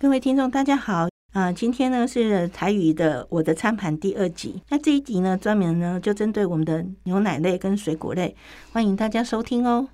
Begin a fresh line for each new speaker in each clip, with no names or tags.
各位听众大家好。啊、今天呢是台语的《我的餐盘》第二集。那这一集呢，专门呢就针对我们的牛奶类跟水果类，欢迎大家收听哦。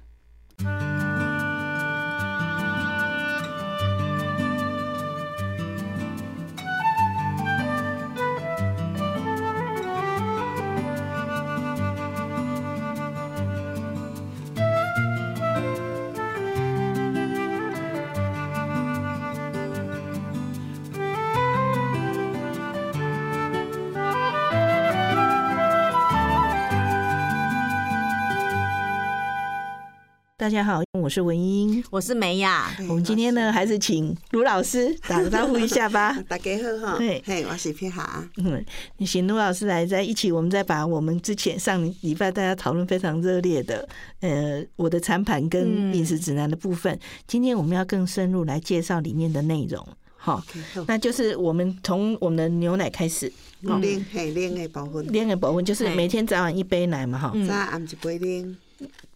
大家好，我是文英。
我是美雅。
我们今天呢，还是请卢老师打个招呼一下吧
啊 。大家好哈，
对
嘿，我是撇啊哈，
嗯，请卢老师来在一起，我们再把我们之前上礼拜大家讨论非常热烈的，呃，我的餐盘跟饮食指南的部分，今天我们要更深入来介绍里面的内容。好，那就是我们从我们的牛奶开始，
零嘿零的部分，
两个部分就是
嘿
每天早晚一杯奶嘛，哈，
早暗一杯零，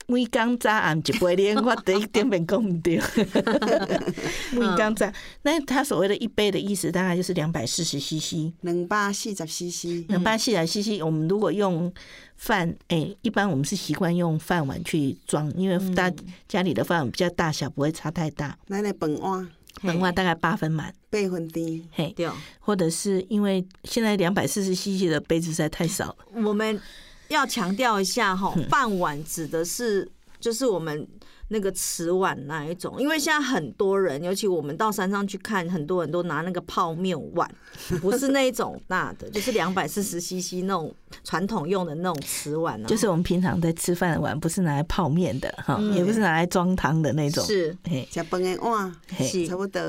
每工早暗一杯奶，我第一点面讲唔 对。每工早，那他所谓的一杯的意思，大概就是两百四十 CC，
两百四十
嗯
CC，
两百四十 CC。我们如果用饭，哎、一般我们是习惯用饭碗去装，因为
嗯
大家里的饭碗比较大小，不会差太大。
咱的饭碗
本碗大概八分满，
八分甜，
嘿，
对，
或者是因为现在两百四十 CC 的杯子实在太少了，
我们要强调一下哈，
嗯
饭碗指的是就是我们那个瓷碗那一种，因为现在很多人，尤其我们到山上去看，很多人都拿那个泡面 碗，不是那一种大的，就是两百四十 CC 那种传统用的那种瓷碗啊，
就是我们平常在吃饭的碗，不是拿来泡面的哈，也不是拿来装汤的那种，
嗯是
嘿，
食饭的碗
是
差不多，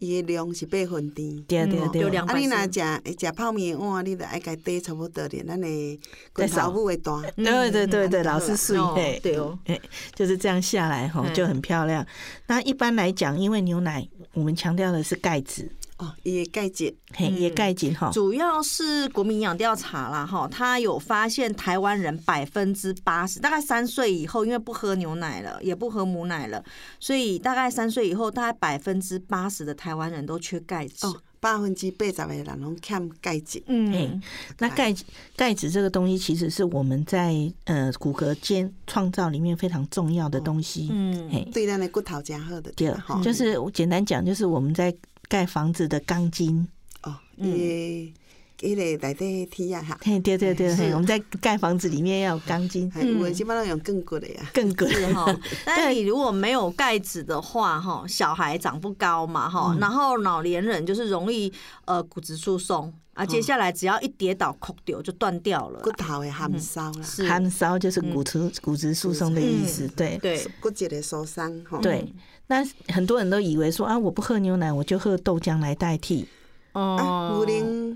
伊的量是八分甜。
对啊对啊
嗯
对
就
啊
两
啊，你若食食泡面的碗，你著爱家底差不多咧，咱的
再
骨
少
头母的大，
对对对对，
嗯
老师睡
哦
嘿，
对哦，
哎，就是这样下来哈，
嗯
就很漂亮。那一般来讲，因为牛奶我们强调的是钙质，
哦，伊的钙质，
嘿，也钙质
哦
哈，
主要是国民营养调查啦，哈，他有发现台湾人百分之八十，大概三岁以后，因为不喝牛奶了，也不喝母奶了，所以大概三岁以后，大概百分之八十的台湾人都缺钙质。
哦，百分之八十的人拢欠钙质，
嘿
嗯，
那钙钙质这个东西其实是我们在呃骨骼间创造里面非常重要的东西，
嗯，
嘿，
对咱的骨头真好的，
第二就是我简单讲，就是我们在盖房子的钢筋，
哦，伊的迄个内底铁啊哈，
嘿，对对对，嘿，我们在盖房子里面要有钢筋，
还有的即摆拢用更骨的啊。
更贵
是 哈。但你如果没有钙质的话，哈，小孩长不高嘛，
嗯
哈，然后老年人就是容易呃骨质疏松啊，接下来只要一跌倒、哭丢就断掉了啦。
嗯骨头的含烧啦，
是，
寒烧就是骨质骨质疏松的意思，对
对，
骨节的受伤吼。
对。
嗯
那很多人都以为说啊，我不喝牛奶，我就喝豆浆来代替。
啊，牛
哦，
奶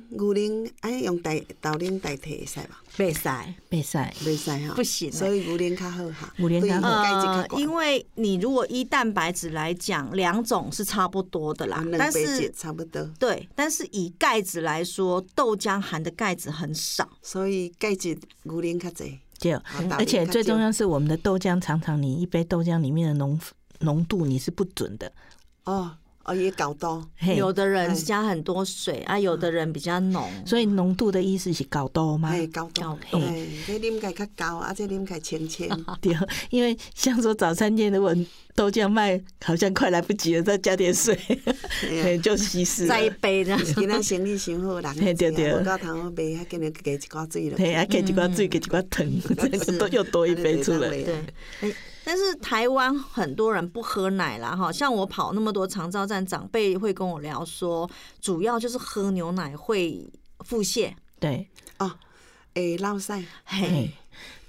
牛奶爱用代豆奶代替会使无？
被塞。
备赛
袂使哈，
不行欸
所以牛奶较好哈，
啊牛奶较好
对钙质较
呃，
高，
因为你如果依蛋白质来讲，两种是差不多的啦
啊，，
但
两倍质
是
差不多，
对，但是以钙质来说，豆浆含的钙质很少。
所以钙质牛奶较济。
对，
豆
而且
奶较
最重
少
要是我们的豆浆，常常你一杯豆浆里面的浓浓度你是不准的。
嗯
哦哦，也搞多
嘿，
有的人
哎
加很多水啊，有的人比较浓，
所以浓度的意思是搞豆吗？
哎，搞多
高，
嘿
哎，这啉起较高，啊，这啉起 清清，
对，因为像说早餐店如果豆浆卖好像快来不及了，再加点水，
哎
嘿
呀
就稀释了
再。一杯这样。
今仔生理伤好，人啊
嘿对对
无到头好卖，还今日加一寡水落去啊
对，还给几罐水，给几罐 糖，这个都又多一杯出来。
嗯对，哎但是台湾很多人不喝奶啦，哈，像我跑那么多长照站，长辈会跟我聊说，主要就是喝牛奶会腹泻，
对，
哦，会落屎，
嘿，
哎，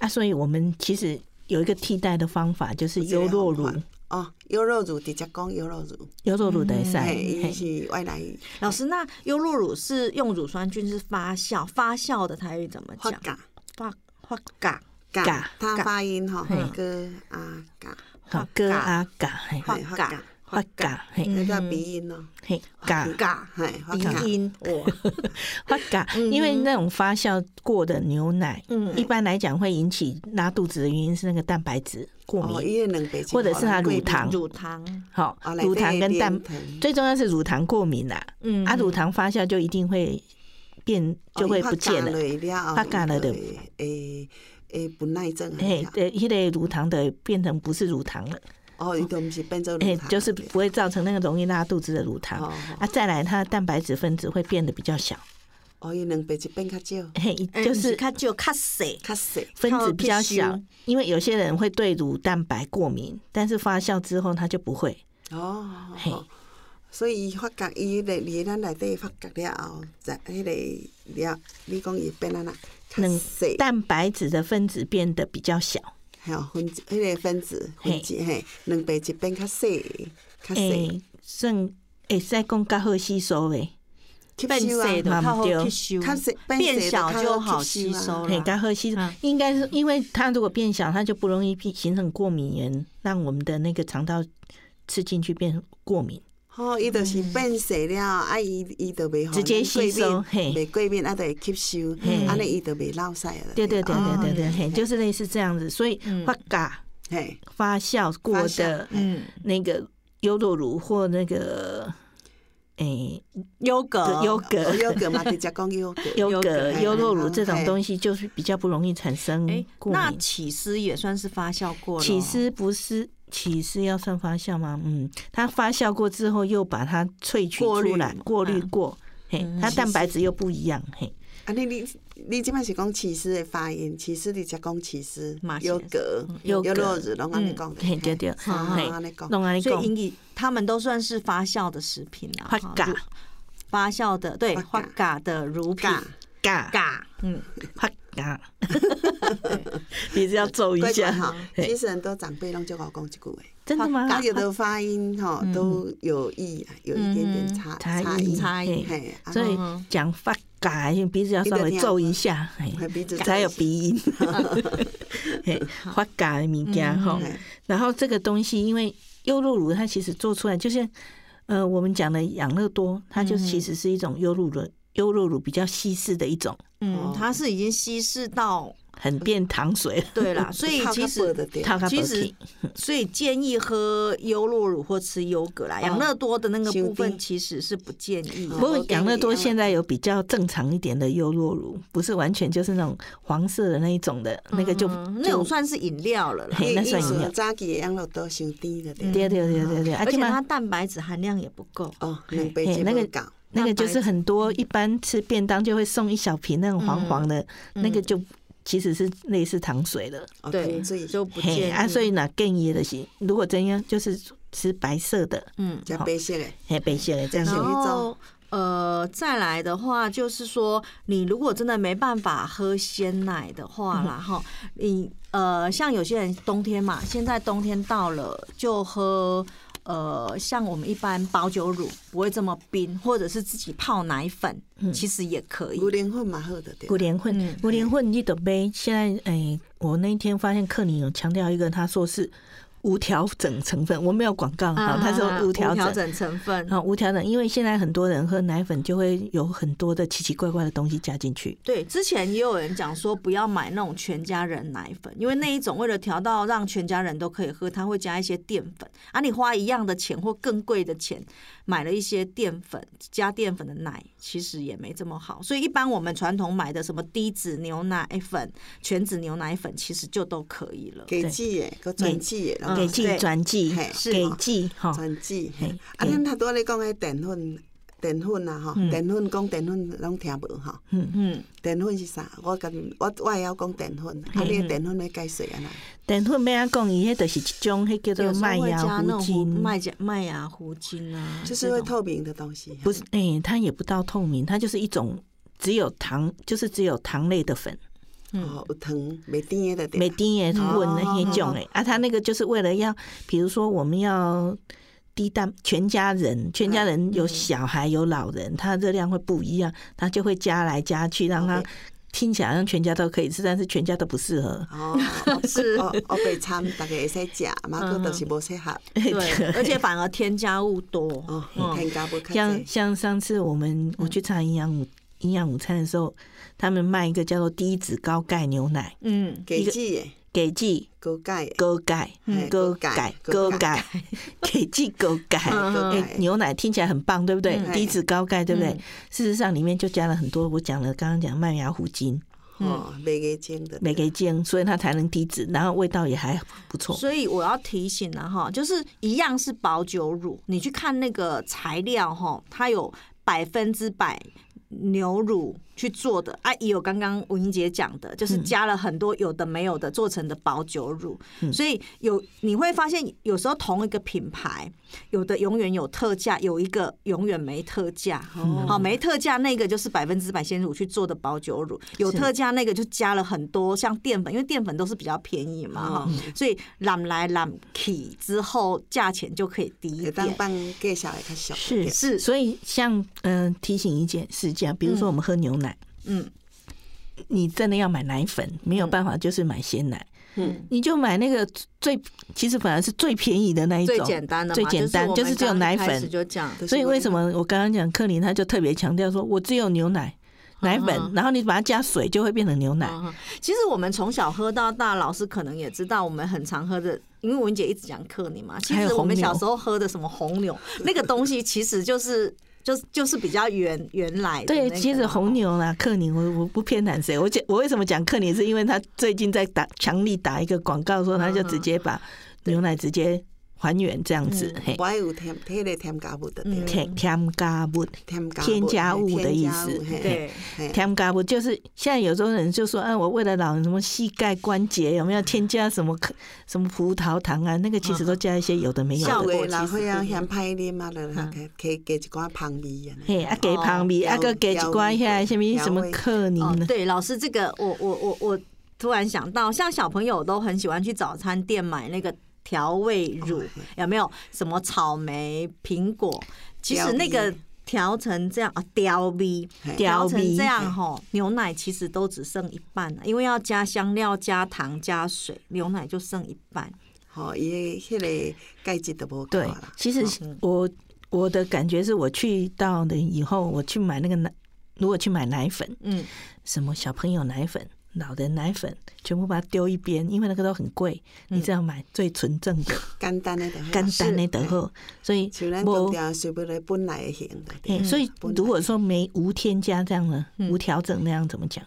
啊，所以我们其实有一个替代的方法，就是优酪乳，
哦，优酪乳直接讲优酪乳，
优酪乳的塞，
嗯嘿，伊
哎嘿
是外来
老师，那优酪乳是用乳酸菌是发酵，发酵的台语怎么
发
讲？
啊
嘎
发发嘎
嘎
嘎，它
嘎
发音吼
嘿，
哥啊嘎，
好哥啊嘎，嘿，
嘿
发
发
嘎
嘎，
发嘎，嘿
那叫
嗯
鼻音咯，
嘿嘎。
嘎
嘿，发
鼻
嘎，
音哇，
发嘎，因为那种发酵过的牛奶，
嗯
一般来讲会引起拉肚子的原因是那个蛋白质过
哦，
敏，
伊个两白
或者是它乳糖
乳糖，
好、
啊，
乳糖跟蛋，
白
最重要是乳糖过敏啦、
嗯
啊，乳糖发酵就一定会变，就会不见了。
哦了哦
发嘎了就
诶诶不耐症啊，
嘿，对，迄类乳糖的变成不是乳糖了，
哦，伊都毋是变做
嘿
乳，糖，
哎就是不会造成那个容易拉肚子的乳糖
哦。
啊，再来它的蛋白质分子会变得比较小，
哦，伊两白质变较少，
嘿，就
就是哎是它就卡水，
较细，
分子比较小
靠吸收，
因为有些人会对乳蛋白过敏，但是发酵之后它就不会。
哦
嘿，
哦所以伊发觉伊个伫咱内底发觉了后，在迄个了，你讲伊变安啊那，较
能
细，
蛋白质的分子变得比较小。
还有分子，迄个分子分子嘿，两白质变较细，较细，
诶，算会使哎讲较好吸收诶，
吸
变
收啊
细的，它
嘛不对
好吸收
较细，
变
细的
小啊
较
就好
吸
吸
收啊
收
嘿，
了。
较好吸收
嗯。
应该是因为它如果变小，它就不容易变形成过敏源，让我们的那个肠道吃进去变过敏。
吼，伊就是变细了，啊，伊伊就袂
直接吸收嘿
袂过敏，啊，就会吸收，安尼伊就袂落屎了。
对对对
哦
对对对，嘿，就是类似这样子。所以发嘎
嘿，
发酵过
发酵
的
嗯，
那个优酪乳或那个诶
优格
优
哦
格。
优格嘛，直接讲 优格。
优
优
格
格、
优酪乳
嗯
这种
嘿
东西，就是比较不容易产生
哎，
过
那
敏。
起司也算是发酵过了哦，
起司不是起司要算发酵吗？嗯，它发酵过之后又把它萃取
过滤
出来，过滤
嗯
过，嘿，它蛋白质又不一样，嘿，
安尼啊你你即摆是讲起司的发音，起司直接讲起司
嘛，是
优格、
优
优
啊嗯格嗯
酪乳拢安尼讲的。
嘿，对 对，
嘿
嘿
安尼，讲。
弄安尼
所
讲
以，英语他们都算是发酵的食品啊，
发
哈
嘎
乳发酵的对
发
发
嘎
嘎的乳品
嘎，
嘎
嘎，嗯，
啪 嘎，鼻子要皱一
乖乖
下，
哈，
嘿啊
其实很多长辈拢就我讲一句话，
真的吗？
他有的发音哈都有异啊，有一点点差
嗯差
异
异，。
差异
嘿
嘿，啊
所以讲发嘎，因为鼻子嗯要稍啊微皱一下，嘿，
嘿 鼻子
才有鼻音，嗯嘿，发嘎的物件吼。
嘿
然后这个东西，因为优酪乳它其实做出来就是，呃，我们讲的养乐多，它就其实是一种优酪乳，优酪乳比较稀释的一种，
嗯，它是已经稀释到
很变糖水。
对啦，所以
靠
其
较薄
实
的对
套卡
其
薄
实
体，
所以建议喝优酪乳或吃优格啦，养乐多的那个部分其实是不建议啊
不
的。
过养乐多现
在
在有比较正常一点的优酪乳，不是完全就是那种黄色的那一种的，那个就
嗯那
就
种算是饮料了啦，
嘿那算饮嗯料
早期的养乐多伤甜了对。
对对对对对，而
而且
且
它
嘛，
蛋白质含量也不够。
哦，两杯
嘿
就
那个
不够。
那嗯个就是很多一般吃便当就会送一小瓶那种黄黄的，那个就其实是类似糖水了。
哦，
对，
糖水
就不建
嘿
议
啊，所以呢，建议的是，如果真要就是吃白色的，
嗯，
加白色的，
嘿，白色的这样
有
然
一
子。
后
种
呃，再来的话就是说，你如果真的没办法喝鲜奶的话
嗯
啦，哈、你呃，像有些人冬天嘛，现在冬天到了就喝。呃，像我们一般保酒乳不会这么冰，或者是自己泡奶粉，
嗯
其实也可以
牛。奶粉嘛好的对
古。莲混，古莲混你得杯。现在，哎，我那一天发现克林有强调一个，他说是无调整成分，我没有广告哈，他说啊无调整。
呃整成分，
啊，无调整，因为现在很多人喝奶粉就会有很多的奇奇怪怪的东西加进去。
对，之前也有人讲说不要买那种全家人奶粉，因为那一种为了调到让全家人都可以喝，它会加一些淀粉，啊，你花一样的钱或更贵的钱买了一些淀粉加淀粉的奶，其实也没这么好。所以一般我们传统买的什么低脂牛奶粉、全脂牛奶粉，其实就都可以了。
给剂的，个转剂的，
给嗯
然后
剂
嗯对
转剂
嘿，是
给
哦
剂哈，
转剂。
嘿
嘿啊，
给
咱头拄咧讲迄淀粉，淀粉啊吼，淀粉讲淀粉拢听无吼。
嗯，
淀粉是啥？我甲我我会晓讲淀粉，啊，你的淀粉要解释安那？
等会咩啊讲，伊迄就是一种，迄叫做
有时
麦
候会
芽
加那
糊
种胡
精，
麦芽麦芽糊精啊，
就
这
是会
种
透明的东西。
嗯不是，哎、它也不到透明，它就是一种只有糖，就是只有糖类的粉，
哦，有糖袂甜的就对
每
啦。
丁也
哦
混那些种诶。啊，他那个就是为了要，比如说我们要低蛋，全家人，全家
嗯
人有小孩有老人，他热量会不一样，他就会加来加去，让他
OK
听起来好像全家都可以吃，但是全家都不适合。
哦，
是
哦，哦，白参大家会使食，嘛，佮就是无适合。
对，而且反而添加物多。
哦，
嗯，
添加无较
像
济。
像上次我们我去查营养午营养午餐的时候，他们卖一个叫做低脂高钙牛奶，
嗯，
鸡子的、
给剂
高钙的，
高钙
嗯、
高
高
钙
钙、
高 钙，给剂高钙。
哎高
哎、
钙。
牛奶听起来很棒，对不对？
嗯
低脂高钙，对不对？
嗯
事实上，里面就加了很多我讲了，刚刚讲麦芽糊精、
哦，袂个精的。
美给精，所以它才能低脂，然后味道也还不错。
所以我要提醒了哈，就是一样是保酒乳，你去看那个材料哈，它有百分之百牛乳去做的啊，也有刚刚文英姐讲的，就是加了很多有的没有的做成的保酒乳，
嗯
所以有你会发现有时候同一个品牌，有的永远有特价，有一个永远没特价。
嗯
好，没特价那个就是百分之百鲜乳去做的保酒乳，有
是
特价那个就加了很多像淀粉，因为淀粉都是比较便宜嘛哈，
嗯
所以揽来揽去之后价钱就可以低一
会当
点。
放介绍会较俗。
是
对
是，所以像嗯、呃提醒一件事这样，比如说我们喝牛奶，
嗯，
你真的要买奶粉，没有办法就是买鲜奶，嗯，你就买那个最其实反而是最便宜的那一种，
最简单的嘛，
最简单
就
就是只有奶
我们刚刚一开始
粉。
就这样。
所以为什么我刚刚讲克林他就特别强调说，我只有牛奶。奶
啊
粉，然后你把它加水，就会变成牛奶。
嗯哼其实我们从小喝到大，老师可能也知道，我们很常喝的，因为文姐一直讲克你嘛。其
还有
实
红
我们
牛
小时候喝的什么红 牛，那个东西其实就是。就是就是比较原原来的那
对，
个
其实红牛啦、克林，我我不偏袒谁。我讲我为什么讲克林，是因为他最近在打强力打一个广告，说他就直
嗯
接把牛奶直接还原这样子，嘿
不，爱有添，体内添加物的对啦，
添添加物，
添加
添加物的意思
对，
对
嘿
添加物就是现在有时候人就说，啊，我为了老人什么膝盖关节有没有添加什么克什么葡萄糖啊？那个其实都加一些有的没有
嗯效
有
的。
果
的
其实
老
不一
岁
样
仔嫌歹啉啊，就加
嗯
加一寡芳味啊。
嘿，啊，给旁边啊，个给一寡遐什么什么克
嗯
啊林
哦
呢，？
对，老师这个我我我我突然想到，像小朋友都很喜欢去早餐店买那个调味
哦
乳，有没有什么草莓、苹果？其实那
调
个
味
调成这样啊，调味
嘿
调
调
成
味
这样吼，牛奶其实都只剩一半了，因为要加香料、加糖、加水，牛奶就剩一半。
吼，伊迄个钙质都无够
对
啦，。
其实我我的感觉是我去到了以后，我去买那个奶，如果去买奶粉，
嗯，
什么小朋友奶粉、老人奶粉，全部把它丢一边，因为那个都很贵，你只要买最纯正的、
简单诶就好。
干单的得
是
货。所以
像咱中
我。
调随不来本来的型的嗯对
哎，
啦，
所以如果说没无添加这样呢，无调整那样怎么讲？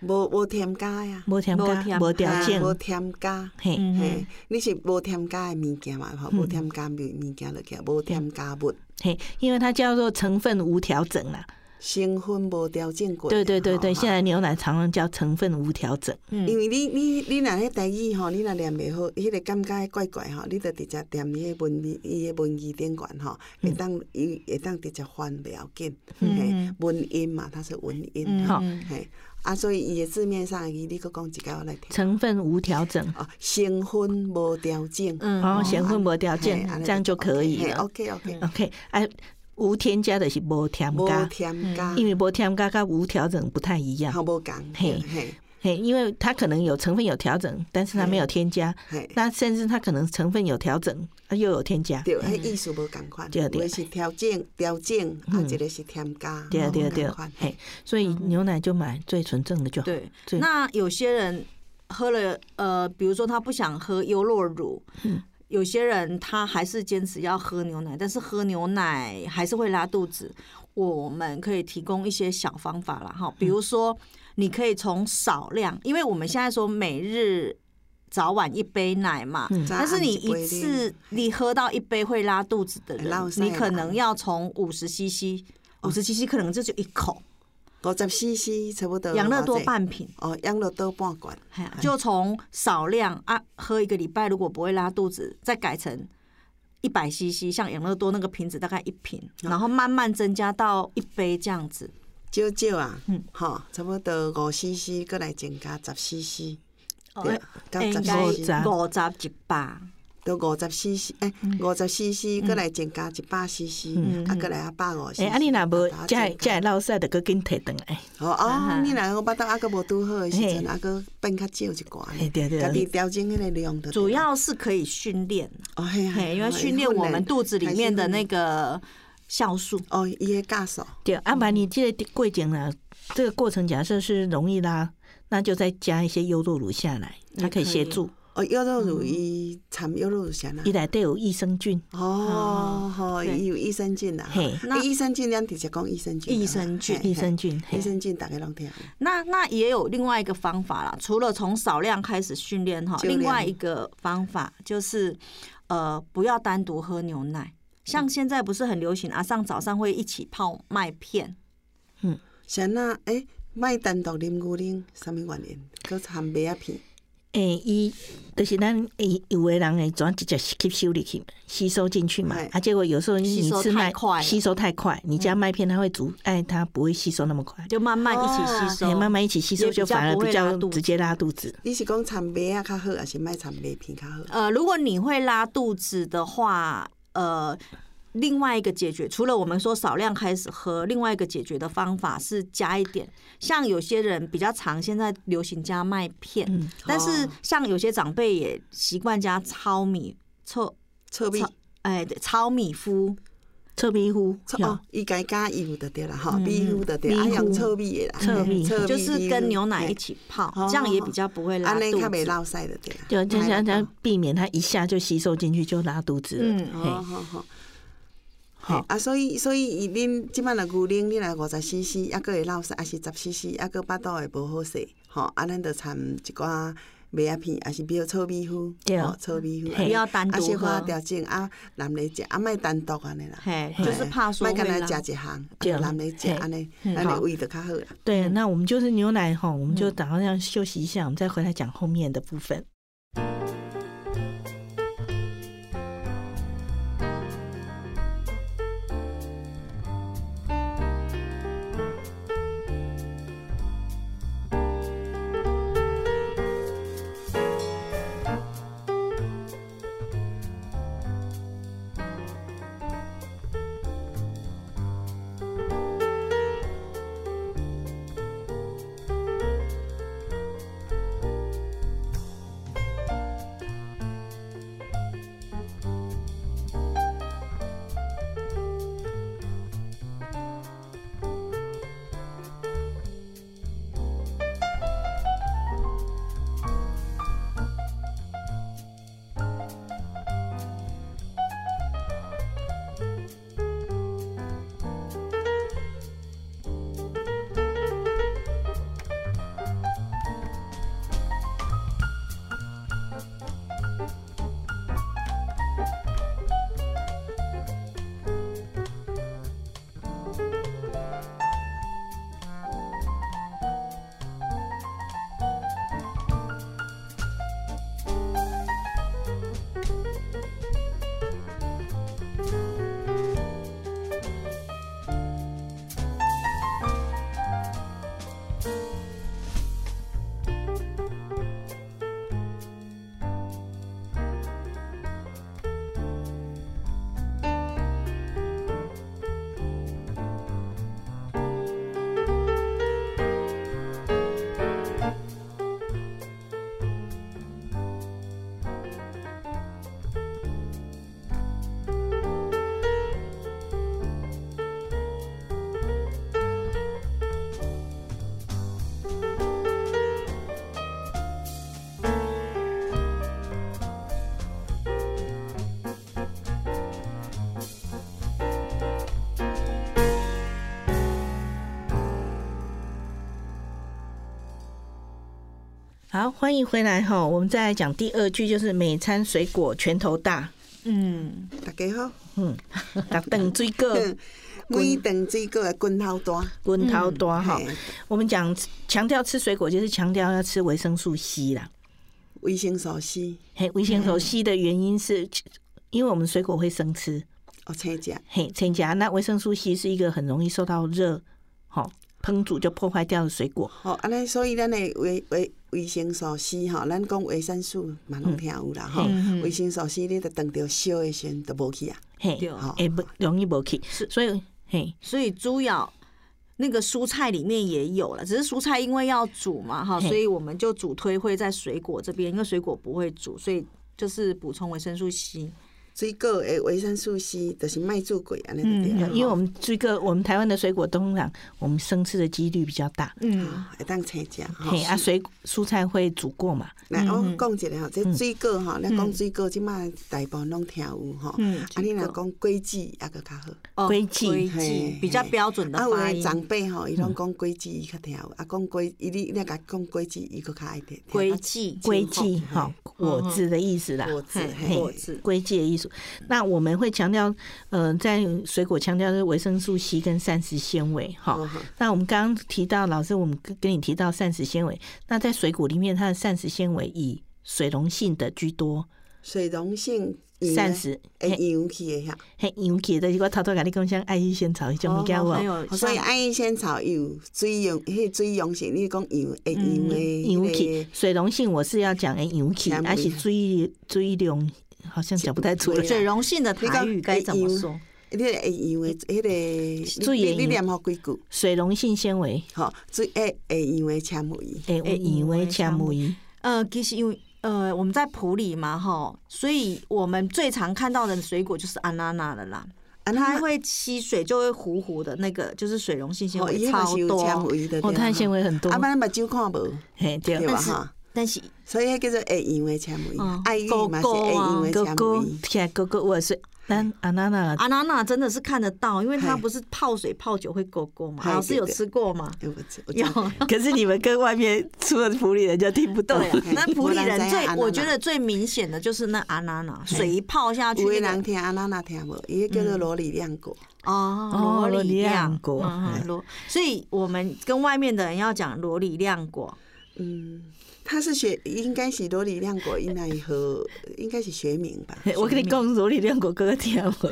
无无添加呀，
无添
无添
加，无条件
啊，无添加。
嘿，嗯
嗯
嘿，你是无添加的物件嘛？吼，无添加物物件落去，无添加物，
嘿，因为它叫做成分无调整啦。
成分无调整过。
对对对
吼
对，
哈
现在牛奶常常叫成分无调整。
因为你你你若迄台语吼，你若念袂好，迄、个感觉怪怪吼，你着直接踮伊个文字伊个文字顶悬吼，会当伊会当直接翻袂要紧，嘿，文音嘛，它是文音，
好，
嘿，啊，所以伊个字面上的字，你搁讲一解我来听。
成分无调整，
哦，成分无调整，
嗯
然后成哦分无条
嘿
件
安，尼
这样就可以了。
OK OK，
OK，哎，无添加的是无添
无
加，
添加，
因为无添加跟无调整不太一样
好。无共，
嗯嘿
嘿
嘿，因为它可能有成分有调整，但是它没有添加。
嘿。
那甚至它可能成分有调整，啊又有添加。
对，迄意思无共款，
对
有
对嗯
的是调整、调整，啊，一个是添加，啊
对啊对
无
对
同款，
嘿，所以牛奶就买最纯正的就好。
对，
对
那有些人喝了，呃，比如说他不想喝优酪乳，有些人他还是坚持要喝牛奶，但是喝牛奶还是会拉肚子。我们可以提供一些小方法啦，哈，比如说你可以从少量，因为我们现在说每日。早晚一杯奶嘛，
早
但是你
晚一杯
一次你喝到一杯会拉肚子的
会拉
人，
屎
哦你可
啦
能哦要从五十 CC，五十 CC 可能这就一口
五十 CC 差不多。
养乐多半瓶，
哦，养乐多半罐，
哎呀 就从少量啊喝一个礼拜，如果不会拉肚子，再改成一百哦 CC，像养乐多那个瓶子大概一瓶，然后慢慢增加到一杯这样子。
少少啊
嗯，
吼，差不多五 CC，搁来增加十 CC，对
哎
哦，
到
应
十
该五
CC，
十
十一百，
到五十 CC，诶，
嗯
五十 CC，搁来增加一百 CC，啊，搁来啊百五 CC。
诶，嗯啊你若无，
啊
才会
增加
才会落屎，着搁紧摕转来。
哦
啊
哦
哈，
你若个巴肚啊个无拄好诶时阵，
嘿
啊个变较少一寡
嘿，对对
家己调整迄个量的。
主要是可以训练，
哦，嘿啊，
嘿，因为
哦
训练我们肚子里面的那。
还是
个酵素。
哦，伊诶加速，
对，啊，把你这个过程呢，这个过程假设是容易拉，那就再加一些优酪乳下来，它可以协助。
哦，优酪乳伊掺
嗯
优酪乳啥啦
一？来都有益生菌，
啊哦，吼，
对
伊有益生菌啦。
嘿
那益生菌，咱直接讲益生菌就好。啊
益生菌
嘿
益生，菌，
嘿
嘿
益生菌大家拢听。
那那也有另外一个方法啦，除了从少量开始训练哈，
就量
另外一个方法就是，呃，不要单独喝牛奶。像现在不是很流行啊，上早上会一起泡麦片，
像那诶，莫单独啉牛奶，啥物原因？搁掺麦仔片。
诶，哎伊就是咱诶有的人诶，转直接吸收入去，吸收进去嘛
哎。
啊，结果有时候
吸
你
收
吃
太
麦
快了嗯
吸收太快，你加麦片它会阻碍它不会吸收那么快，
就慢慢一起吸收，
哎，慢慢一起吸收
也比较
就反而
不会
比
拉
较
肚子
直接拉肚子。
你是讲掺麦仔较好，还是莫掺麦片较好？
呃，如果你会拉肚子的话，呃，另外一个解决，除了我们说少量开始喝，另外一个解决的方法是加一点。像有些人比较常现在流行加麦片，
嗯
但是
哦
像有些长辈也习惯加糙米臭，
臭味
臭。哎，对糙米麸，
臭屁糊，
臭
有
哦，伊家加油的对啦，吼，
嗯
米糊的对，
米
啊，
糊
用臭米的啦，
臭
嘿
米
就是跟牛奶一，起泡，
哦
这样也比较不会
米糊嘿
拉
安尼
肚
较
子。
袂落屎的对啦。
就就
不会
像
拉
它
肚
避免它一下就吸收进去就拉肚子了。
嗯
哦，
嘿，
好
好
好。好啊，所以所以伊恁即摆若牛奶，你若五十 CC，抑佫会落屎，抑是十 CC，抑佫巴肚会无好势，吼，啊，咱就掺一寡麦仔片，抑是比如臭米糊，
对
吼臭米糊，
嘿
不要单
啊，
独
小可
喝，
调整啊，男的食啊，莫单独安尼啦，
嘿，就是怕说
莫
会
干
拉
那食一项，
对
啊，男的食
嘿
安尼，
嗯
咱的
好
胃就较好啦。
对，那我们就是牛奶哈，我们就打算要休息一
嗯
下，我们再回来讲后面的部分。好，欢迎回来哈，我们再来讲第二句，就是每餐水果拳头大，
嗯，
大家好。
嗯，打等追个
嗯 每顿水果的滚头大，
滚头多哈
嗯嘿。
我们讲强调吃水果，就是强调要吃维生素 C 啦。
维生素 C
嘿，维生素 C 的原因是，因为我们水果会生吃，
哦，青食
嘿，添加那维生素 C 是一个很容易受到热，哈，烹煮就破坏掉的水果。
吼，安尼所以咱的维维维生素 C 吼，咱讲维生素嘛拢听有啦吼
嗯。
维生素 C 你着等着烧的时阵就无去啊。
嘿
对，
哎，不容易无去，所以嘿，
所以猪脚那个蔬菜里面也有了，只是蔬菜因为要煮嘛哈，
嘿
所以我们就主推会在水果这边，因为水果不会煮，所以就是补充维生素 C。
水果的维生素 C 就是卖做贵安尼就对
有
了。
嗯因为我们这个我们台湾的水果通常我们生吃的几率比较大，
嗯，
会当青食吼
嘿，啊，水蔬菜会煮过嘛，
来，我
嗯嗯
讲一个吼，这水果吼，咱讲水果，即卖大部分拢听有吼。
嗯
啊，你若讲果子也个较好。
哦
龟记
龟
嘿
记比较
嘿
标准的
啊，有
发
诶
音。
长辈吼，伊拢讲果子伊较听有，啊，讲果伊你你甲讲果子伊佫较爱听。
龟
听
记，
龟记哈，果子的意思啦
较，果子
嘿
嘿
果子
归界艺术。那我们会强调，呃，在水果强调是维生素 C 跟膳食纤维哈
嗯哼。
那我们刚刚提到，老师，我们跟跟你提到膳食纤维，那在水果里面，它的膳食纤维以水溶性的居多，
水溶性
膳食
会
嘿
溶去诶遐，
嘿牛皮的，我偷偷跟你讲，像爱玉仙草一种物件
哦
我
还。有
所以
像
爱仙草有水溶，迄个水溶性，你讲溶会溶诶，
牛皮水嗯溶性，我是要讲诶，牛皮，
纤维
而且追追量好像讲不太出来。
水溶性的台语该怎么说？
你会溶诶，迄个
水会
你你你
溶
念好几句，
水溶性纤维，
吼，水哎会会溶诶纤维。
诶，我
会
因为纤维，
呃，其实因为呃我们在普里嘛哈，所以我们最常看到的水果就是安娜娜了啦。
啊，
它
那
会吸水就会糊糊的，那个就是水溶性纤
哦，
维
伊
超
嘛是有纤
多，
维的，
哦，它的纤维很多
啊，，不然目睭看无，
嘿，对
对。吧？
但是
哈，
但是
所以那叫做会溶的纤维
嗯，
爱玉嘛是会溶的
哥
纤
哥
维，，
天哥哥，我是咱啊阿娜娜，
阿娜娜真的是看得到，因为它
嘿
不是泡水泡久会勾勾嘛，
嘿
老师
对
有
对
吃过吗？
有有吃
有，
可是你们跟外面出了普里人就听不懂
对
了
啊。那普里人
没人知
最
道
我觉得最明显的就是那阿娜娜，水一泡下去
有的
那个
人听，啊，咱那听无，伊迄叫做罗里亮果，
哦
哦
罗里
罗里
亮
亮果
嗯嗯罗，所以我们跟外面的人要讲罗里亮果，
嗯，他是学应该是罗里亮果，应该和应该是学名吧。
嘿我跟你讲，罗里亮哥哥听我。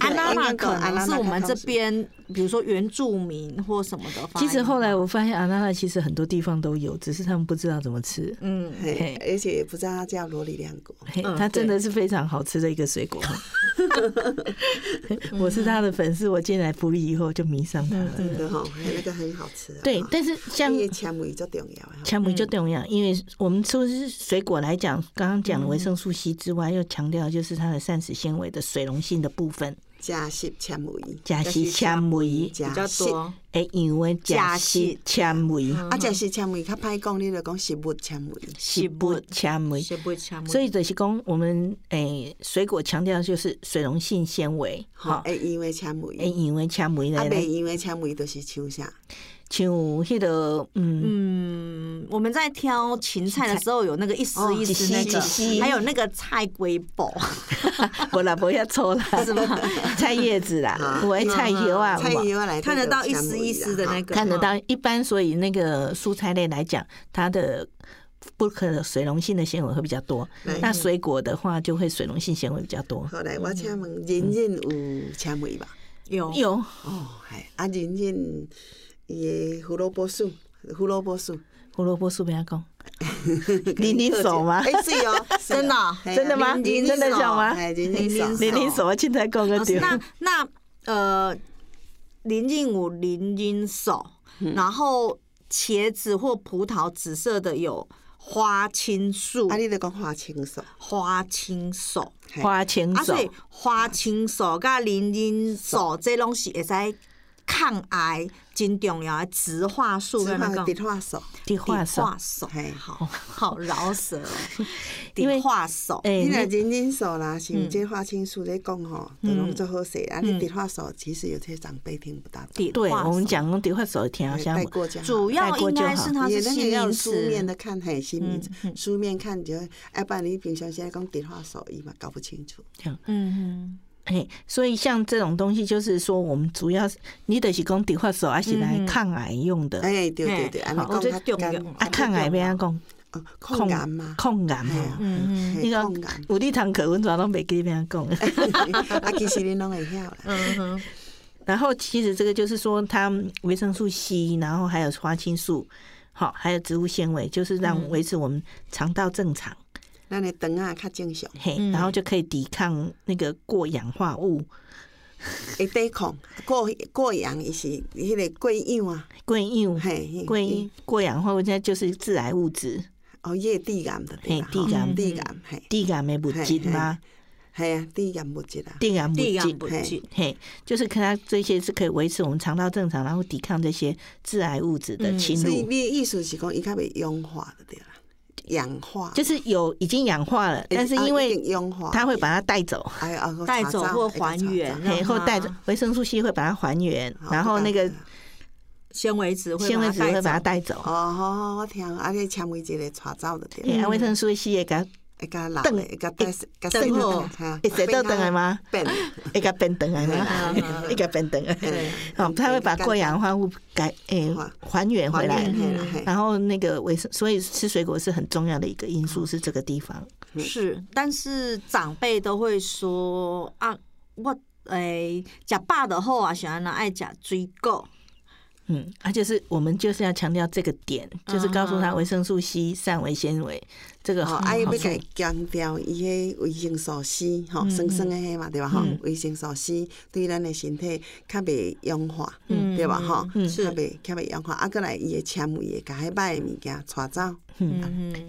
阿娜娜
应该
可能
讲
是
安娜娜
我们
她
这
告诉
边，比如说原住民或什么的发
其
音。
实后来我发现阿娜娜其实很多地方都有，只是他们不知道怎么吃。
嗯，
嘿
嘿，
而且也不知道它叫罗里亮果。
嘿
嗯
它真的是非常好吃的一个水果。 我是他的粉丝，我进来普里以后就迷上他了。
真的吼，嘿那个很好吃啊。
嗯对，哎
哈
但是像
那个纤维最重要啊。
纤维就重要，因为我们除了是水果来讲，刚刚讲的维生素 C 之外，又强调就是它的膳食纤维的水溶性的部分，
加湿纤维，
甲烯纤维，
加
比较
湿
多。
诶，因为甲烯纤维、
啊，食食纤维较歹讲，你就讲食物纤维。
食物纤维，
是不强，
所以就是讲我们诶水果强调就是水溶性纤维，
吼
哈，，
会因为纤维，
诶，因为纤维
啊，
来
袂因为纤维就是像啥？
像迄个嗯，
嗯，我们在挑芹菜的时候有那个一丝一丝
哦
那
一丝一
个，
丝
还有那个菜龟 宝，
我啦不要抽啦，
是吧？
菜叶子啦，我的菜油啊，
嗯菜叶来
看得到一丝一丝的那个，
看得到。一般，所以那个蔬菜类来讲，它的不可水溶性的纤维会比较多。
对
那水果的话，就会水溶性纤维比较多。
好来，我请问，
嗯
人人有纤维吧？
有
有
哦，系啊，人人伊的胡萝卜素，胡萝卜素，
胡萝卜素不要讲， 零零手吗？
哎，是哦，是哦
真的哦
嘿啊
真的吗？
人
零零
真的
手
讲吗？
哎人人手哦
零零手，啊我现在讲个
老师
对。
那那呃，林近武、林近手，
嗯
然后茄子或葡萄紫色的有花青素
啊，、你就讲花青素，
花青素。
嘿
花千
啊，
手
所，以花青素甲林荫
嗯
素这拢是会使抗癌真重要的植化素
植
跟那
化
个
植化素，
地画手，
化素
嘿，
好好饶舌哦，
因为
植化素
你
哎，
若
那
人人素啦，是有这花青素咧讲吼，都拢做好势。啊，你植化素其实有些长辈听不大懂，
对
对我们讲用地画手挺好像
哎带过这样。
主要应该哎是它
也
是
那
新
个要
名
书面
词，
的看，嘿，新名词，书面看就，啊要不然你平常时在讲电话手语嘛，搞不清楚。
嗯
嘿，所以像这种东西，就是说我们主要是你得是讲地画手，还是来抗癌用的。
嗯哎，对对对，安尼
我觉得
讲较
哦重要
干，
啊，抗癌要安讲
哦，抗癌嘛，
抗癌
嘿啊
吼。
嗯
嘿
你讲
抗癌，
有你堂课，阮全拢袂记边讲。
啊，其实你拢会晓啦。
嗯嗯，
然后其实这个就是说，它维生素 C，然后还有花青素，好，还有植物纤维，就是让维持我们肠道正常，
咱的肠啊较正常，
嘿，然后就可以抵抗那个过氧化物、
会抵抗过过氧，伊是迄个过氧啊，
过氧、
嘿，
过
伊
过氧化物，现在就是致癌物质、
哦，伊会低癌的对啦，
嘿
吼
低癌嗯
低癌，嘿，
低癌的物质吗？
系啊，低癌物质啊，
低癌物
地
质
养，不
嘿
进，
嘿，就是看它这些是可以维持我们肠道正常，然后抵抗这些致癌物质的
嗯
侵
所以
入，
你的意思是讲伊较袂氧化的对啦，氧化，
就是有已经氧化了，但是因
啊已
为
经氧化，
它会把它带走。
哎啊
带走或还，
还有查
原
查
让
嘿，或带
它
着维生素 C 会把它还原
好，
然后那个
纤维质会
纤维质会把它
带
带走。
哦，好嗯好好听，啊，你纤维质来查走的对
嘿，
啦，
啊维生素 C 也甲
会甲人
等
会甲带甲
等候
哈啊
会洗到等来？吗？
变啊
会甲变等来
嗯
吗？
走。
会甲变等来。
变，嘿
哦，它会把过氧化物改诶
还
还原回来嗯
还原。嘿啦嘿
然后那个维生，所以吃水果是很重要的一个因素，是这个地方。
是，嗯但是长辈都会说啊，我诶，食饱的后啊，喜欢呢爱食水果，
嗯，它就是我们就是要强调这个点，就是告诉他维生素 C、膳维纤维这个
哦，
好
啊，伊要
好
甲
处。
伊强调伊迄维生素 C 吼，酸酸的迄嘛对吧？吼
嗯，
维生素 C 对咱的身体较袂氧化，
嗯
对吧？吼，
嗯
较袂较袂氧化，啊，过来伊的纤维会甲迄歹的物件带走，
嗯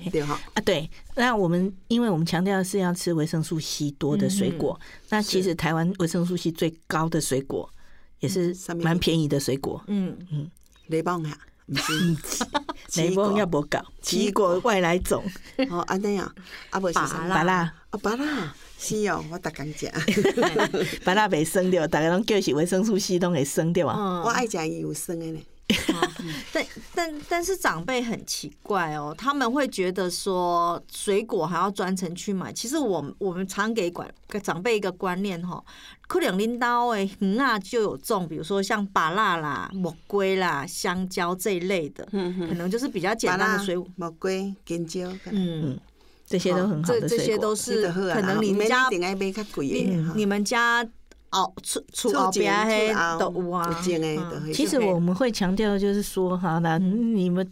哼，
对吼。
啊，对，那我们因为我们强调的是要吃维生素 C 多的
嗯
水果，那其实台湾维生素 C 最高的水果也是
什么
蛮便宜的水果，
嗯，
雷棒啊，毋是
雷锋要不搞奇异果外来种，
吼，安尼啊，啊，无是啥
芭芭
物
芭
乐
乐
啊，芭乐是哦，我逐工食，
芭乐被生掉，大家拢叫是维生素 C 都给生掉啊，
我
嗯，
爱食伊有酸的咧。
但但但是长辈很奇怪哦，他们会觉得说水果还要专程去买。其实我们我们常给管给长辈一个观念哈、哦，可能拎刀诶，嗯啊就有种，比如说像芭辣啦、木瓜啦、香蕉这一类的，
嗯
可能就是比嗯较简
芭
单
乐
的水果。
木瓜、香蕉，
嗯，
这些都很嗯好
这
的
这
水
些
果。
都
这
是
就好啊
可能你
免
们家
一定爱买较贵
你
的。
你们家熬出出熬别黑都有啊，
有种的就
嗯
是
其实我们会强调就是说，好啦，你们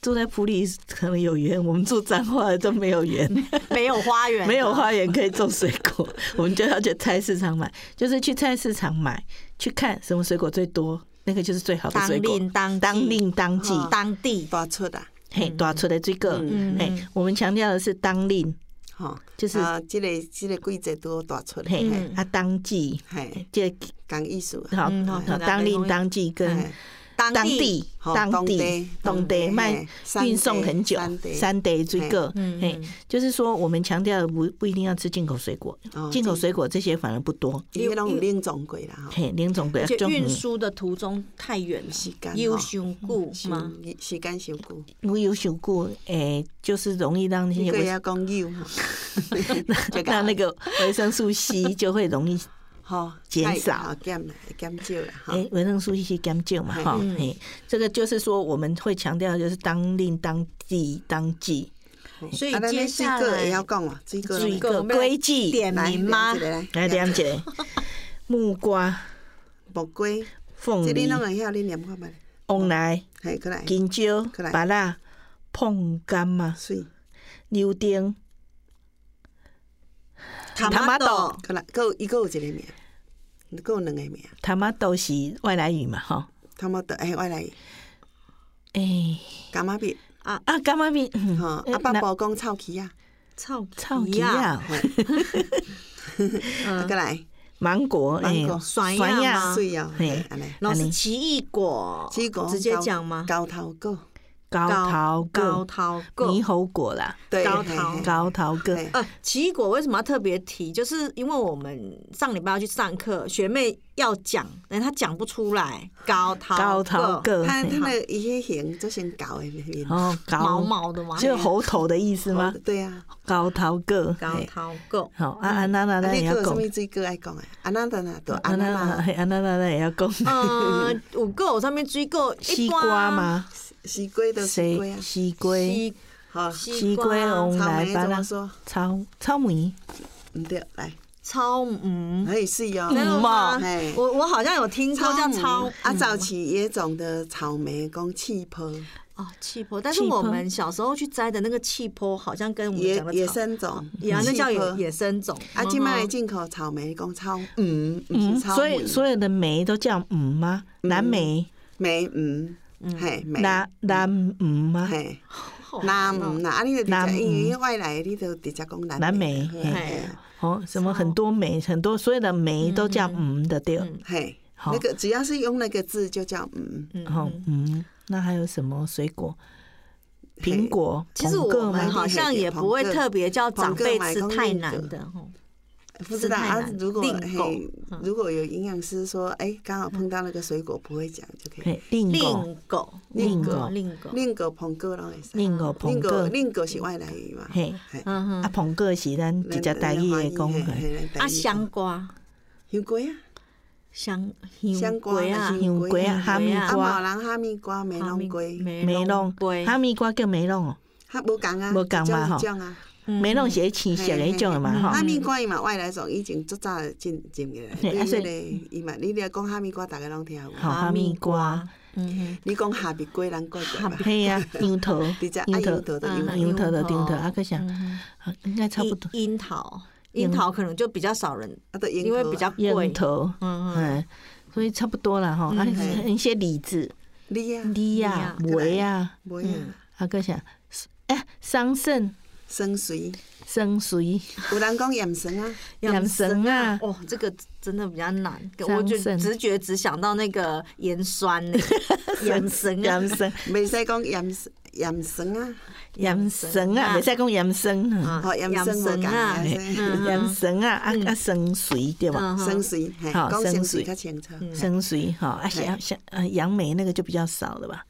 住在普里可能有缘，我们住彰化的都没有缘。
没有花园，
没有花园可以种水果， 我们就要去菜市场买，就是去菜市场买，去看什么水果最多，那个就是最好的
当
水果。
令当
当
地
令当季，
嗯当地
大出啊，
嘿，多出的这个，
嗯
嘿，我们强调的是当令，
吼，
就是
啊，即个即个季节拄好大出，
嘿
嘿，
啊当季，
嗯嘿，
这个
讲意思啊，
好嗯
嗯好
好当令当季跟
嘿
当
当地
好
当地
当地
当地
嘿
卖
山
运送
地
很久
山，地
三 day 这个
嗯，
嘿，就是说我们强调的不不一定要吃进口水果
哦，
进口水果这些反而不多，
伊迄拢有冷藏过啦，吼，
嘿，林总的
就
中
运
午
输的途中太远了
时间，哦
优雄固吗？
时时间伤久，
我有想过，诶、就是容易让那
你
些
个
维
要讲有，就讲
让那个维生素 C 就会容易，
吼
减
太
少
好减啦，减少啦，吼，
诶、维生素 C 减少嘛，哈、
嗯
诶、这个就是说我们会强调就是当令当季当季，
所以
啊咱
接
的
下
水果会
来
晓讲哦，水果
一
水
来
果
个规矩，
点名吗
来？来
来
来
了解，木瓜、
木瓜，
凤
即你
梨、
拢会晓，你念看觅，
翁来、
嘿，过来，
香蕉、
再来
芭乐、碰柑嘛、
水，
柳丁、
塔
妈
豆
豆
过来，佫有伊佫有一个名，佫有两个名，
他妈都是外来语嘛，哈，
他妈的，哎，我来，
诶、
柑仔蜜，
啊，干妈咪，嗯
吼，
诶
啊，北部讲臭棋啊，
草
草
皮
鸡
啊，
啊，
啊过来，
芒果，
芒
诶、
果
酸
酸
呀
呀
吗？
水哦，
嘿
嘿，安尼。
老
安
师
尼
奇异果，
水果
直接讲吗？
高头果，
高桃
高
果、
桃
猕
果，
猴果啦，
对，
高
嘿
头
嘿
高桃果。
嘿
呃，奇异果为什么要特别提？就是因为我们上礼拜要去上课，学妹要讲，但她讲不出来。高桃
高桃
个
果，
它它
嘿
那个伊迄形做成高的面，
嗯哦，高
毛毛的吗？
就是猴头的意思吗？
对啊，
高桃果，
高
嘿
桃个，
好啊，安娜娜
啊，
咱
你
也
还
要
有什
讲，哦
么水果爱讲诶？啊，那等啊，对，啊
安娜娜，
那
嘿，安娜娜咱也要讲，
嗯，五个我上面追过
西瓜？吗？
西瓜都西瓜
谁？
啊，
西
一
瓜
瓜、西
好，
西
西瓜
瓜、
红
草莓
来
怎
芭
么
拉、
说？
草草莓、
唔对，来，
超嗯，
哎是哦，
真的吗
嘿？
我我好像有听过叫超嗯
啊，早期也种的草莓讲气泡，
哦气泡，但是我们小时候去摘的那个气泡，好像跟我们
野
讲的
野
草
生种，
也啊，那叫
气
野
泡
野生种嗯哦
啊，即卖进口草莓讲草嗯，不是草
所以所有的梅都叫嗯吗？蓝莓、
梅嗯，嘿梅，
蓝蓝嗯吗？
嘿
好
南
好
嗯啦，啊你就直
南
接因为
嗯
外来的你就直接讲南
南
梅
梅
嘿
嘿
嘿
哦，什么很多梅，很多所有的梅都叫嗯的对。
嗯
嘿，
好
那个只要是用那个字就叫嗯，
嗯
哦，嗯，那还有什么水果？苹果、
其实
捧个
我
吗
们好像也不会特别叫长辈吃太难的，吼
不知道
太
啊
难。
如果
订购
嘿
嗯，
如果有营养师说，哎，刚好碰到那个水果不会讲就可以。
嘿，令狗、
令
令
狗、狗、
狗
令狗，
另个捧个拢会使，
令狗、捧
另个
个，
另个是外来语嘛。
嘿，
嘿
啊，
嗯哼，
捧个是咱直接台语的讲
嗯
法。
啊，香瓜、
香瓜啊，
香
香瓜
葵啊
啊、
香瓜啊哈密
啊，
瓜
毛人哈密瓜、梅龙瓜，
梅
龙
弄
龟，
哈密瓜叫梅弄哦，
哈无共啊，
无同嘛吼
一种一种啊，
梅弄是青色的迄种的嘛吼
哈。密瓜伊嘛外来种，已经足早进进过来，
嘿
对
啊所
迄
以
个伊嘛，你若讲哈密瓜，逐个拢听有。啊
好哈密瓜，
嗯
你讲哈密瓜，人怪怪吧？
嘿啊，樱桃、
直接爱
樱
樱
桃、
桃的
嗯
樱桃，
樱桃的
樱桃
樱桃，啊，个想啊
哼，
应该差不多。
樱樱桃，樱桃可能就比较少人，
啊，都樱
因为比较
桃啊。
贵
樱。桃，
嗯嗯，
嗯，所以差不多了
嗯
哈。啊，一些李子、
梨哎啊，
梨呀、梅呀，
无啊，
啊个想，哎，桑葚、
生水，
生水、
有人讲盐酸啊，
杨绳啊，
哦，这个真的比较难，
桑
我就
葚
直觉只想到那个盐酸 呢，盐酸啊，
杨 绳、
袂使讲盐盐酸啊，
杨绳啊，袂使讲杨绳啊，
好盐酸无共
啊
啊，，
嗯
杨绳啊，啊啊，生水对吧？
嗯
生水，嘿，
好
讲
生
生
水
水较清楚。
生水哈，啊像像呃杨梅那个就比较少了吧？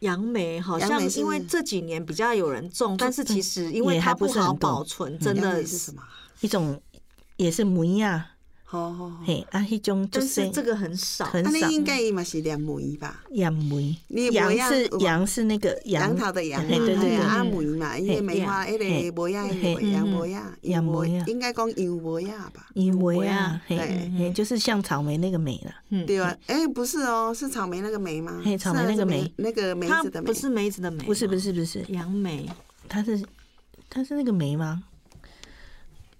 杨梅好
杨
像
梅是
因为这几年比较有人种，但是其实因为
也
它
还不是
好
很多
保存，真
杨
的
梅是什么啊？
一种也是梅呀，
好好好，
嘿啊，迄种就
但是
是
这个很少。
很
啊，
少
你应该伊嘛是念梅吧？
杨梅，
你
杨
梅啊
是
有吗
杨是那个
杨桃的杨
嘿
嘛，
对对
嘿
对，
啊梅嘛，伊个梅花，
嘿
迄个梅啊，迄个
嘿
杨梅啊，
嗯杨梅啊
应该讲杨梅啊吧？
因
梅
为
啊
啊，嘿，
对
嘿就是像草莓那个梅啦，
嗯
对啊，哎，不是哦，是草莓那个梅吗？
嘿草莓
是啊
那个梅
是那个梅
它
子的梅
不，是梅子的梅，啊
不是不是不是，
杨梅，
它是它是那个梅吗？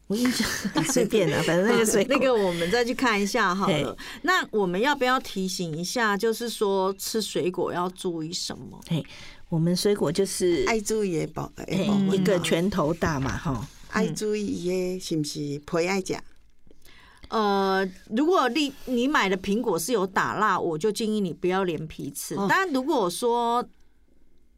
我印象随便啦，反正那个水果
那个我们再去看一下好了
嘿。
那我们要不要提醒一下，就是说吃水果要注意什么？
嘿，我们水果就是
爱注意的保，的
嘿嗯
部分
一个
哦
拳头大嘛，哈，
爱注意伊个是毋是皮爱食，
呃，如果你你买的苹果是有打蜡，我就建议你不要连皮吃。
哦
当然，如果说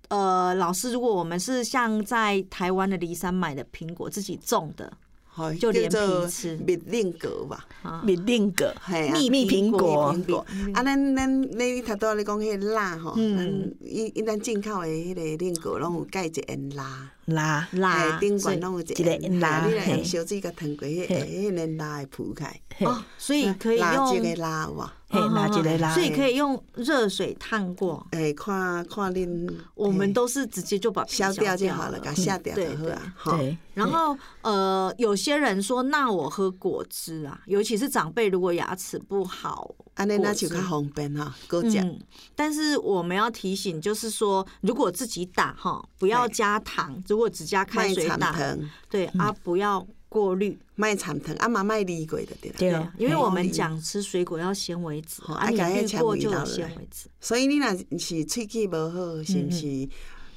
呃，老师，如果我们是像在台湾的梨山买的苹果自己种的，
吼
就连
叫做
皮吃
蜜令果吧，
比另一个
嘿啊。
蜜
蜜
苹
苹
果
果
苹果，啊，咱咱你头拄仔你讲迄个辣吼，
嗯
咱伊伊咱进口的迄个令果拢有加一盐辣，
啦，
蜡
嘿顶
所以
悬拢有一
一个
盐
辣
你若
嘿
用烧水甲烫过，迄个
嘿
迄个辣会浮开，
嘿，
哦，所以可以
辣椒
用哦
的辣有无？
嘿，拿起来啦
所，以可以用热水烫过。
诶，哎看看恁，
我们
嘿
都是直接就把皮
消掉
掉
就好了，甲下掉
对
就好
对
啊，吼
对，
然后呃，有些人说，那我喝果汁啊，尤其是长辈如果牙齿不好，
安尼
果
咱就
汁
较方便吼，果汁。
嗯，但是我们要提醒，就是说，如果自己打哈，不要加糖，如果只加开
卖
水
参
打，
糖，
对啊，不要过滤，
卖参糖，啊嘛卖离过就对了。
对
对
哦
啊，，因为我
哦
们
你
讲吃水果要纤维质，
哦
啊，
啊
你
把那
滤
纤
过
维
就有
留下
纤
来
维质，
所以你若是喙齿无
嗯
好，是毋是？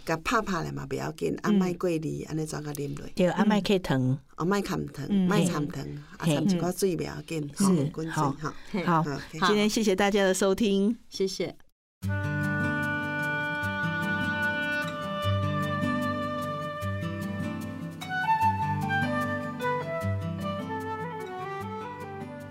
甲拍拍咧嘛不要紧，啊，莫过离，安尼怎甲啉落，
对，阿麦克糖。
啊，莫含糖，
嗯
莫
嘿
掺糖，啊，
嘿嗯
掺一寡水不要紧，
是
吼滚水
好
吼。啊
嘿
好
好，
今天谢谢大家的收听。
谢谢。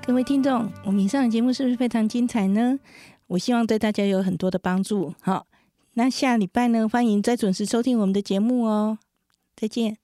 各位听众，我们以上的节目是不是非常精彩呢？我希望对大家有很多的帮助。好，那下礼拜呢，欢迎再准时收听我们的节目哦。再见。